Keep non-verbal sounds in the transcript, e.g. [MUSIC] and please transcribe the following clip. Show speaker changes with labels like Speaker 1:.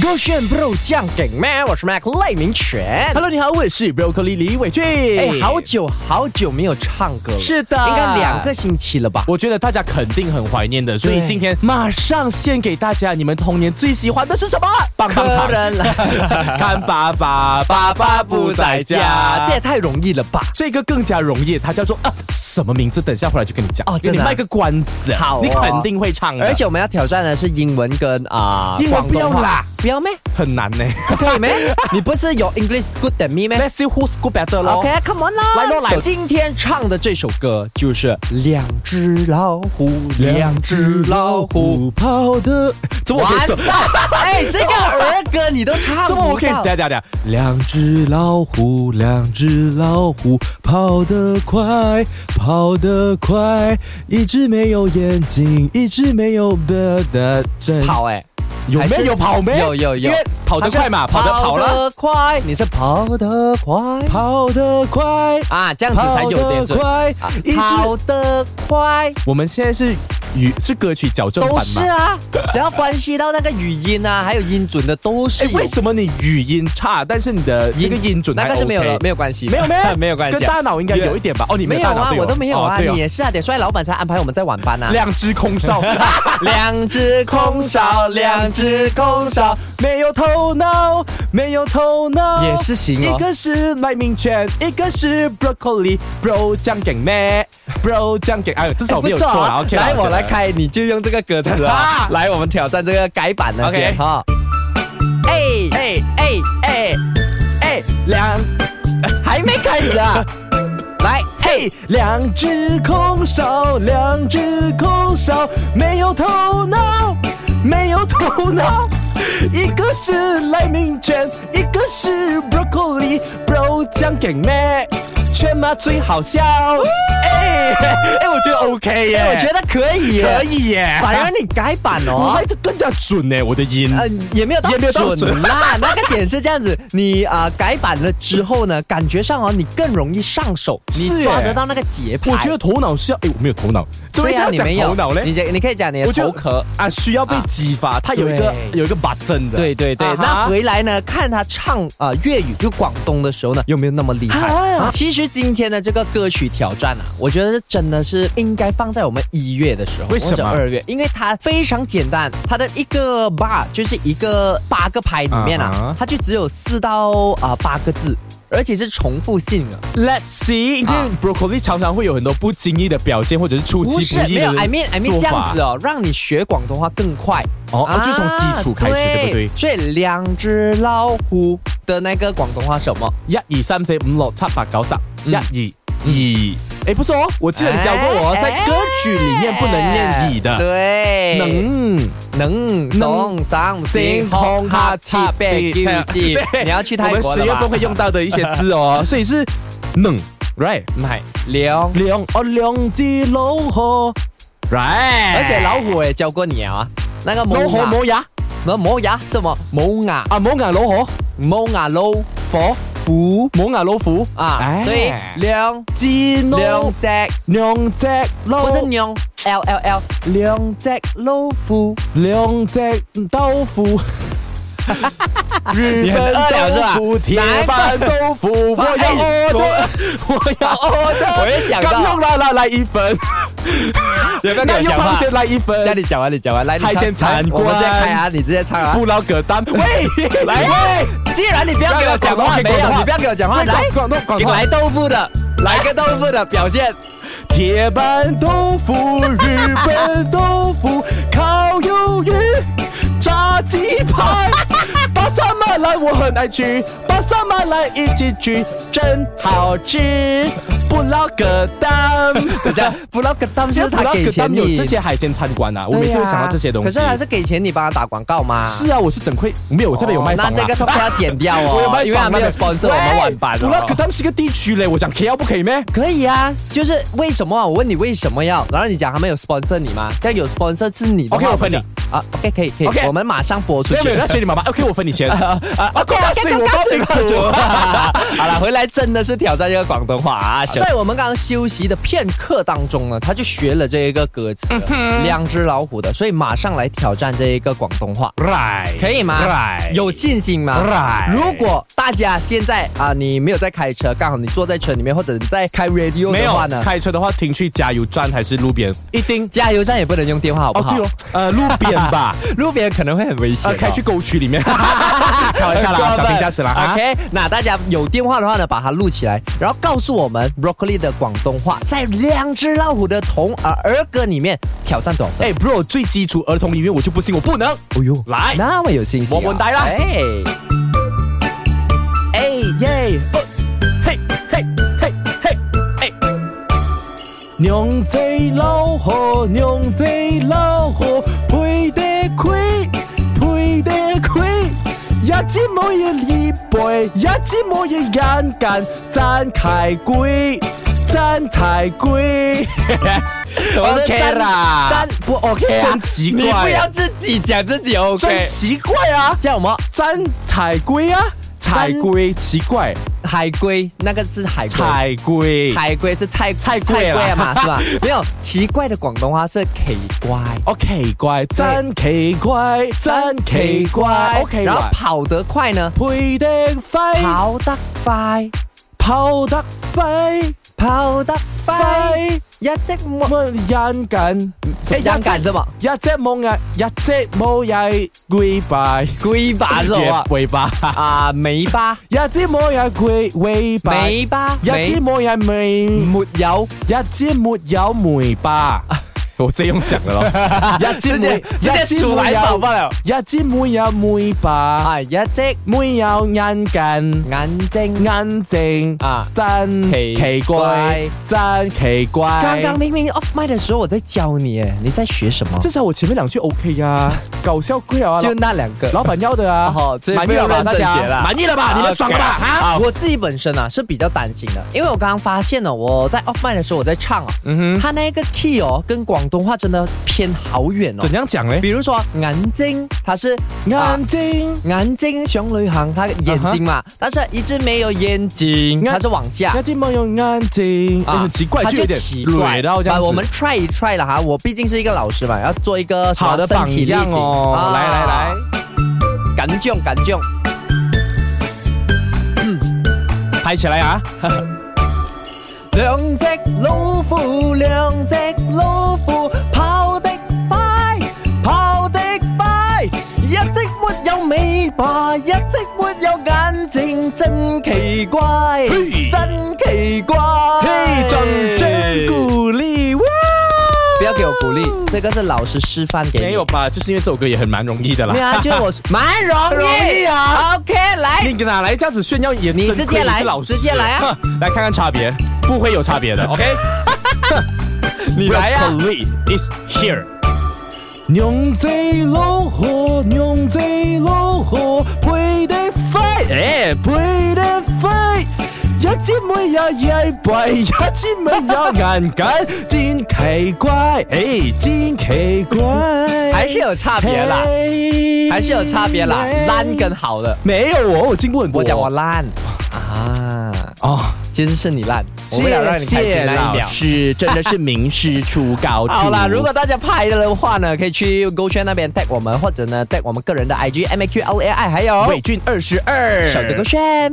Speaker 1: 勾选 Bro 酱给 man，我是 Mac 赖明全。
Speaker 2: Hello，你好，我是 Broccoli 李伟俊。
Speaker 1: 哎，好，久好久没有唱歌了，
Speaker 2: 是的
Speaker 1: 应该两个星期了吧？
Speaker 2: 我觉得大家肯定很怀念的，所以
Speaker 1: 对
Speaker 2: 今天马上献给大家，你们童年最喜欢的是什么？棒棒
Speaker 1: 客
Speaker 2: 糖。
Speaker 1: 人来， [LAUGHS]
Speaker 2: 看爸爸，爸爸不在家。
Speaker 1: 这也太容易了吧？
Speaker 2: 这个更加容易，它叫做啊什么名字？等一下回来就跟你讲
Speaker 1: 哦
Speaker 2: 给
Speaker 1: 真
Speaker 2: 你
Speaker 1: 的啊
Speaker 2: 卖个关子，
Speaker 1: 好哦
Speaker 2: 你肯定会唱的，
Speaker 1: 而且我们要挑战的是英文跟啊，
Speaker 2: 英文
Speaker 1: 广东话
Speaker 2: 不用啦，
Speaker 1: 不要咩？
Speaker 2: 很难
Speaker 1: [LAUGHS]
Speaker 2: 呢。
Speaker 1: 不可以咩？你不是有 English good than me 咩
Speaker 2: Let's see who's good better 咯。
Speaker 1: ？OK，come、on 啦， [LAUGHS]
Speaker 2: 来咯来
Speaker 1: 首今天唱的这首歌就是《两只老虎》，
Speaker 2: 两只老虎跑的，怎么我可以
Speaker 1: 完
Speaker 2: 走？
Speaker 1: 蛋！ [LAUGHS] 哎，这个儿歌你都唱
Speaker 2: 这么我
Speaker 1: 不
Speaker 2: 可以？
Speaker 1: 到
Speaker 2: 等。下等下等下，两只老虎，两只老虎跑得快，跑得快，一只没有眼睛，一只没有的的真
Speaker 1: 跑哎、
Speaker 2: 有
Speaker 1: 还
Speaker 2: 没
Speaker 1: 是
Speaker 2: 有跑没？
Speaker 1: 有有有
Speaker 2: 因为跑得快嘛，跑得跑了，
Speaker 1: 得快，你是跑得快
Speaker 2: 跑得快，
Speaker 1: 啊，这样子才
Speaker 2: 跑
Speaker 1: 有点
Speaker 2: 得
Speaker 1: 准。
Speaker 2: 快
Speaker 1: 啊，
Speaker 2: 一
Speaker 1: 跑
Speaker 2: 只。
Speaker 1: 得快
Speaker 2: 我们现在是语是歌曲矫正版
Speaker 1: 都
Speaker 2: 吗？
Speaker 1: 是啊，只要关系到那个语音啊，还有音准的都是
Speaker 2: 哎，
Speaker 1: 有。
Speaker 2: 为什么你语音差，但是你的这个音准
Speaker 1: 那
Speaker 2: 还
Speaker 1: 个是没有
Speaker 2: OK
Speaker 1: 没有关系，
Speaker 2: 没有没
Speaker 1: [LAUGHS] 没有关系啊，
Speaker 2: 跟大脑应该有一点吧？哦，你
Speaker 1: 没
Speaker 2: 有
Speaker 1: 有
Speaker 2: 大脑
Speaker 1: 啊
Speaker 2: 对，哦
Speaker 1: 我都没有啊，
Speaker 2: 哦对哦
Speaker 1: 你也是啊，得所以老板才安排我们在晚班啊。
Speaker 2: 两只空
Speaker 1: [LAUGHS]
Speaker 2: 哨，
Speaker 1: 两只空哨，两只空哨，
Speaker 2: 没有头脑，没有头脑，
Speaker 1: 也是行哦
Speaker 2: 一个是赖明权，一个是 broccoli，bro 酱给妹，bro 酱给，哎呦，至少
Speaker 1: 哎
Speaker 2: 没有
Speaker 1: 不
Speaker 2: 错
Speaker 1: 错
Speaker 2: 啦
Speaker 1: 啊
Speaker 2: ，OK 啦
Speaker 1: 来，我来。
Speaker 2: 觉得
Speaker 1: 开，你就用这个歌词
Speaker 2: [LAUGHS]
Speaker 1: 啊
Speaker 2: 啊。
Speaker 1: 来，我们挑战这个改版的
Speaker 2: OK
Speaker 1: 先哈。哎哎哎哎哎，两还没开始啊！ [LAUGHS] 来，哎
Speaker 2: 两只空哨，两只空哨，没有头脑，没有头脑。一个是赖明权，一个是 broccoli，bro 酱给妹，圈妈最好笑。哎哎，我觉得 OK 耶，
Speaker 1: 哎
Speaker 2: 哎
Speaker 1: 我觉得可以啊耶，
Speaker 2: 可以耶，
Speaker 1: 反而你改版
Speaker 2: 我哎
Speaker 1: 哦
Speaker 2: 还。是更加准呢，我的音。
Speaker 1: 呃，也没有到
Speaker 2: 也没有到
Speaker 1: 准
Speaker 2: 准
Speaker 1: 啦。 [LAUGHS] 那个点是这样子，你啊、呃改版了之后呢，感觉上哦，你更容易上手，
Speaker 2: 是
Speaker 1: 你
Speaker 2: 耶
Speaker 1: 抓得到那个节拍。
Speaker 2: 我觉得头脑需要，哎，我没有头脑，怎么
Speaker 1: 对
Speaker 2: 这
Speaker 1: 啊，
Speaker 2: 样
Speaker 1: 你
Speaker 2: 讲
Speaker 1: 没有
Speaker 2: 头脑嘞？
Speaker 1: 你讲你可以讲你的
Speaker 2: 我觉
Speaker 1: 头
Speaker 2: 得
Speaker 1: 壳。
Speaker 2: 啊，需要被
Speaker 1: 啊
Speaker 2: 激发，它有一个
Speaker 1: 对
Speaker 2: 有一个 button 的。
Speaker 1: 对对对
Speaker 2: 啊哈
Speaker 1: 那回来呢，看他唱啊、呃粤语就广东的时候呢，有没有那么厉害？
Speaker 2: 啊
Speaker 1: 其实今天的这个歌曲挑战啊，我觉得真的是应该放在我们一月的时候，
Speaker 2: 为什么
Speaker 1: 或者二月，因为它非常简单，它的一个 bar 就是一个八个拍里面啊
Speaker 2: 啊哈
Speaker 1: 它就只有四到啊八、个字，而且是重复性的。
Speaker 2: Let's see，因为
Speaker 1: 啊
Speaker 2: broccoli 常常会有很多不经意的表现，或者是出
Speaker 1: 不
Speaker 2: 其
Speaker 1: 是
Speaker 2: 不意
Speaker 1: 没
Speaker 2: 的
Speaker 1: 有，I mean I mean
Speaker 2: 做
Speaker 1: 这
Speaker 2: 法
Speaker 1: 样子哦，让你学广东话更快。啊
Speaker 2: 哦哦就从基础开始对不对
Speaker 1: 所以两只老虎的那个广东话什么？
Speaker 2: 一二三四五六七八九十，
Speaker 1: 嗯
Speaker 2: 一二二。哎，不是哦，我记得你教过我，
Speaker 1: 哎
Speaker 2: 在歌曲里面不能念乙的，
Speaker 1: 对，
Speaker 2: 能
Speaker 1: 能送上哎星空哈七被救济。
Speaker 2: 对
Speaker 1: 你要去
Speaker 2: 我
Speaker 1: 泰
Speaker 2: 们
Speaker 1: 国
Speaker 2: 十月
Speaker 1: 了
Speaker 2: 份
Speaker 1: 吧
Speaker 2: 会？用到的一些字哦，所以是能，right，买
Speaker 1: 两，
Speaker 2: 两哦两只老虎，right，
Speaker 1: 而且老虎也教过你啊，那个
Speaker 2: 老
Speaker 1: 磨
Speaker 2: 虎
Speaker 1: 牙，
Speaker 2: 磨牙
Speaker 1: 什么磨牙什么磨牙
Speaker 2: 啊，磨牙老虎，
Speaker 1: 磨牙老
Speaker 2: 火虎磨牙老虎
Speaker 1: 啊，
Speaker 2: 哎
Speaker 1: 所以两
Speaker 2: 只
Speaker 1: 两
Speaker 2: 老
Speaker 1: 只
Speaker 2: 两只老
Speaker 1: 不是两 L L L 两只老虎。
Speaker 2: 两只豆腐。日
Speaker 1: 你很
Speaker 2: 本
Speaker 1: 饿了是
Speaker 2: 豆
Speaker 1: 吧
Speaker 2: 腐、铁板豆腐，我要
Speaker 1: 哎
Speaker 2: order，我要 order，
Speaker 1: 我也想
Speaker 2: 刚
Speaker 1: 到
Speaker 2: 用，来来来一份，
Speaker 1: 有没
Speaker 2: 那
Speaker 1: 有跟我
Speaker 2: 用
Speaker 1: 讲话
Speaker 2: 螃？蟹来一
Speaker 1: 叫
Speaker 2: 份，
Speaker 1: 你讲完，你讲完，来，你
Speaker 2: 海
Speaker 1: 唱
Speaker 2: 鲜餐
Speaker 1: 来我们直接
Speaker 2: 馆
Speaker 1: 开啊，你直接唱啊。
Speaker 2: 不老葛丹，喂
Speaker 1: 来
Speaker 2: 喂，
Speaker 1: 既然你不要给我讲
Speaker 2: 来
Speaker 1: 话，
Speaker 2: 来
Speaker 1: 没
Speaker 2: 广
Speaker 1: 有，
Speaker 2: 东话
Speaker 1: 你不要给我讲话，来，
Speaker 2: 广东广
Speaker 1: 给
Speaker 2: 东
Speaker 1: 我来豆腐的，来个豆腐的表现。
Speaker 2: 铁板豆腐、日本豆腐、烤鱿鱼、炸鸡排。巴萨马来我很爱去，巴萨马来一起去，真好吃。不老葛蛋，
Speaker 1: [LAUGHS] 等一下，不老可他们
Speaker 2: 其
Speaker 1: 是
Speaker 2: 实不
Speaker 1: 他
Speaker 2: 老
Speaker 1: 给
Speaker 2: 葛
Speaker 1: 钱
Speaker 2: 蛋
Speaker 1: 你，
Speaker 2: 有这些海鲜餐馆啊，我每次会想到这些东西。
Speaker 1: 对啊可是还是给钱你帮他打广告嘛。
Speaker 2: 是啊，我是整块没有，我这边有卖
Speaker 1: 哦
Speaker 2: 房啊。
Speaker 1: 那这个他要剪 [LAUGHS] 掉
Speaker 2: 我有卖
Speaker 1: 哦，
Speaker 2: 房
Speaker 1: 因为他没有 sponsor 我们晚班
Speaker 2: 不老葛
Speaker 1: 哦。
Speaker 2: 蛋是个地区嘞，我讲 K L 不可以咩？
Speaker 1: 可以啊，就是为什么啊？我问你为什么要，然后你讲他们有 sponsor 你吗？这样有 sponsor 是你的话
Speaker 2: OK，我分你
Speaker 1: 就啊，OK，可以可以
Speaker 2: OK
Speaker 1: 我们马上播出
Speaker 2: 没有
Speaker 1: 去。
Speaker 2: 没有，那随你妈 [LAUGHS] 妈。OK，我分你钱。啊啊！
Speaker 1: 哎
Speaker 2: 恭喜我帮你 [LAUGHS] 煮。
Speaker 1: 好了，回来真的是挑战这个广东话啊！在我们刚刚休息的片刻当中呢，他就学了这一个歌词，
Speaker 2: 嗯
Speaker 1: 两只老虎的，所以马上来挑战这一个广东话，
Speaker 2: Right，
Speaker 1: 可以吗
Speaker 2: Right
Speaker 1: 有信心吗
Speaker 2: Right
Speaker 1: 如果大家现在啊，你没有在开车，刚好你坐在车里面，或者你在开 radio
Speaker 2: 没
Speaker 1: 的
Speaker 2: 有
Speaker 1: 话呢，
Speaker 2: 开车的话，停去加油站还是路边？一定。
Speaker 1: 加油站也不能用电话，好不
Speaker 2: 哦
Speaker 1: 好？
Speaker 2: 对哦，呃，路边 [LAUGHS] 吧，
Speaker 1: 路边可能会很危险、啊
Speaker 2: 呃，开去。沟渠里 [LAUGHS] 面。开 [LAUGHS] 玩笑啦，小心驾驶啦啊！
Speaker 1: OK，那大家有电话的话呢，把它录起来，然后告诉我们 Broccoli 的广东话，在两只老虎的童儿儿歌里面挑战多少分？
Speaker 2: 哎，bro，最基础儿童音乐我就不信，我不能。
Speaker 1: 哦呦，
Speaker 2: 来
Speaker 1: 那么有信心、啊，
Speaker 2: 我们来啦
Speaker 1: 哎，
Speaker 2: 哎耶，哦嘿嘿嘿嘿嘿。娘仔老虎，娘仔老虎，配得开，配得开。日子每日一杯，日子每日眼间，赚太贵，赚太贵。Ờ,
Speaker 1: 真
Speaker 2: 啦
Speaker 1: 真不 OK 啊？
Speaker 2: 真奇怪
Speaker 1: 你不要自己讲自己 OK
Speaker 2: 真。奇怪啊，
Speaker 1: 叫什么？
Speaker 2: 沾彩龟啊，彩龟奇怪，
Speaker 1: 海龟，那个是海龟。
Speaker 2: 彩龟。
Speaker 1: 海龟是菜
Speaker 2: 菜
Speaker 1: 菜
Speaker 2: 龟啦
Speaker 1: 龟嘛，
Speaker 2: [LAUGHS]
Speaker 1: 是吧？没有奇怪的广东话是 K 乖。
Speaker 2: 哦，奇怪，真奇怪，真奇怪，OK
Speaker 1: 然后
Speaker 2: 啦。
Speaker 1: 跑得快呢，
Speaker 2: 配得快，
Speaker 1: 跑得快，
Speaker 2: 跑得快，
Speaker 1: 跑得快，
Speaker 2: 快，
Speaker 1: 一直冇
Speaker 2: 乜眼緊？
Speaker 1: 一
Speaker 2: dạ
Speaker 1: 样赶着嘛，
Speaker 2: 一隻冇眼，一隻冇眼，跪拜，
Speaker 1: 龟巴是吧？
Speaker 2: 尾巴，
Speaker 1: 啊，尾巴，
Speaker 2: 一隻冇眼跪尾巴，
Speaker 1: 尾巴，
Speaker 2: 一隻
Speaker 1: 尾
Speaker 2: 冇眼尾。
Speaker 1: 没有，
Speaker 2: 一支没有梅吧。我即用讲了咯，一支梅，
Speaker 1: 直接
Speaker 2: 一支
Speaker 1: 數
Speaker 2: 梅
Speaker 1: 奶
Speaker 2: 有
Speaker 1: 頭吧了，
Speaker 2: 一支梅有梅吧，
Speaker 1: 啊，一只
Speaker 2: 梅有眼镜，
Speaker 1: 眼睛。
Speaker 2: 眼睛
Speaker 1: 啊
Speaker 2: 真
Speaker 1: 奇
Speaker 2: 奇怪
Speaker 1: 怪，
Speaker 2: 真奇怪。
Speaker 1: 刚刚明明 off 麦的时候我在教你，哎，你在学什么？
Speaker 2: 至少我前面两句 OK 呀，搞笑贵啊，
Speaker 1: 就那两个。
Speaker 2: 老老板要的啊
Speaker 1: 哦，所以
Speaker 2: 满意了
Speaker 1: 不
Speaker 2: 吧
Speaker 1: 要
Speaker 2: 大
Speaker 1: 认真
Speaker 2: 家
Speaker 1: 学啦？
Speaker 2: 满意了吧？你们爽了吧？啊，
Speaker 1: 我自己本身啊是比较担心的，因为我刚刚发现了我在 off 麦的时候我在唱啊，嗯哼，他那个 key 哦跟广东话真的偏好远哦
Speaker 2: 怎。样讲嘞？
Speaker 1: 比如说眼睛，它是啊
Speaker 2: 眼睛
Speaker 1: 眼睛想旅行，它的眼睛嘛，但是一直没有眼睛，
Speaker 2: 眼
Speaker 1: 它是往下
Speaker 2: 一。支没有眼睛，哎很奇怪，
Speaker 1: 它
Speaker 2: 就有
Speaker 1: 啊就
Speaker 2: 点
Speaker 1: 奇怪
Speaker 2: 蕊到这样
Speaker 1: 啊
Speaker 2: 子。
Speaker 1: 我们 try 一 try 了哈，我毕竟是一个老师嘛，要做一个什么
Speaker 2: 好的
Speaker 1: 身体力
Speaker 2: 榜样
Speaker 1: 行
Speaker 2: 哦
Speaker 1: 啊
Speaker 2: 来来来，
Speaker 1: 敢囧敢囧，
Speaker 2: 拍起来啊！
Speaker 1: 两只老虎，两只老虎跑得快，跑得快，一只没有尾巴，一只没有眼睛，真奇怪，
Speaker 2: 嘿
Speaker 1: 真奇怪。
Speaker 2: 嘿，掌声鼓励！哇，
Speaker 1: 不要给我鼓励，这个是老师示范给你。
Speaker 2: 没有吧？就是因为这首歌也很蛮容易的啦
Speaker 1: 没。有啊，就是我蛮容易
Speaker 2: 容易
Speaker 1: [LAUGHS] 啊。OK，
Speaker 2: [LAUGHS]
Speaker 1: 来，
Speaker 2: 你哪来这样子炫耀也？
Speaker 1: 你
Speaker 2: 真
Speaker 1: 直
Speaker 2: 亏
Speaker 1: 接来
Speaker 2: 是老师
Speaker 1: 直接来啊
Speaker 2: 哼 [LAUGHS] 来看看差别，不会有差别的。OK，你
Speaker 1: 来啊
Speaker 2: is here。娘仔老虎，娘仔老虎，配得 [LAUGHS] 快，哎，配得快。一支妹有一杯，一支妹有眼 [LAUGHS] 镜，真哎奇怪，哎，真奇怪，
Speaker 1: 还是有差别啦
Speaker 2: 嘿
Speaker 1: 还是有差别啦，
Speaker 2: 哎
Speaker 1: 烂跟好的。
Speaker 2: 没有我，我进步很多。
Speaker 1: 我讲我烂啊，
Speaker 2: 哦，
Speaker 1: 其实是你烂，我
Speaker 2: 谢
Speaker 1: 为了让你开
Speaker 2: 谢
Speaker 1: 心那一
Speaker 2: 老
Speaker 1: 秒。
Speaker 2: 师，真的是名师出高徒。
Speaker 1: [LAUGHS] 好啦，如果大家拍的话呢，可以去 GoChain 那边 tag 我们，或者呢 tag 我们个人的 IG M A Q L A I，还有
Speaker 2: 伟俊二十二，
Speaker 1: 小哥 GoChain。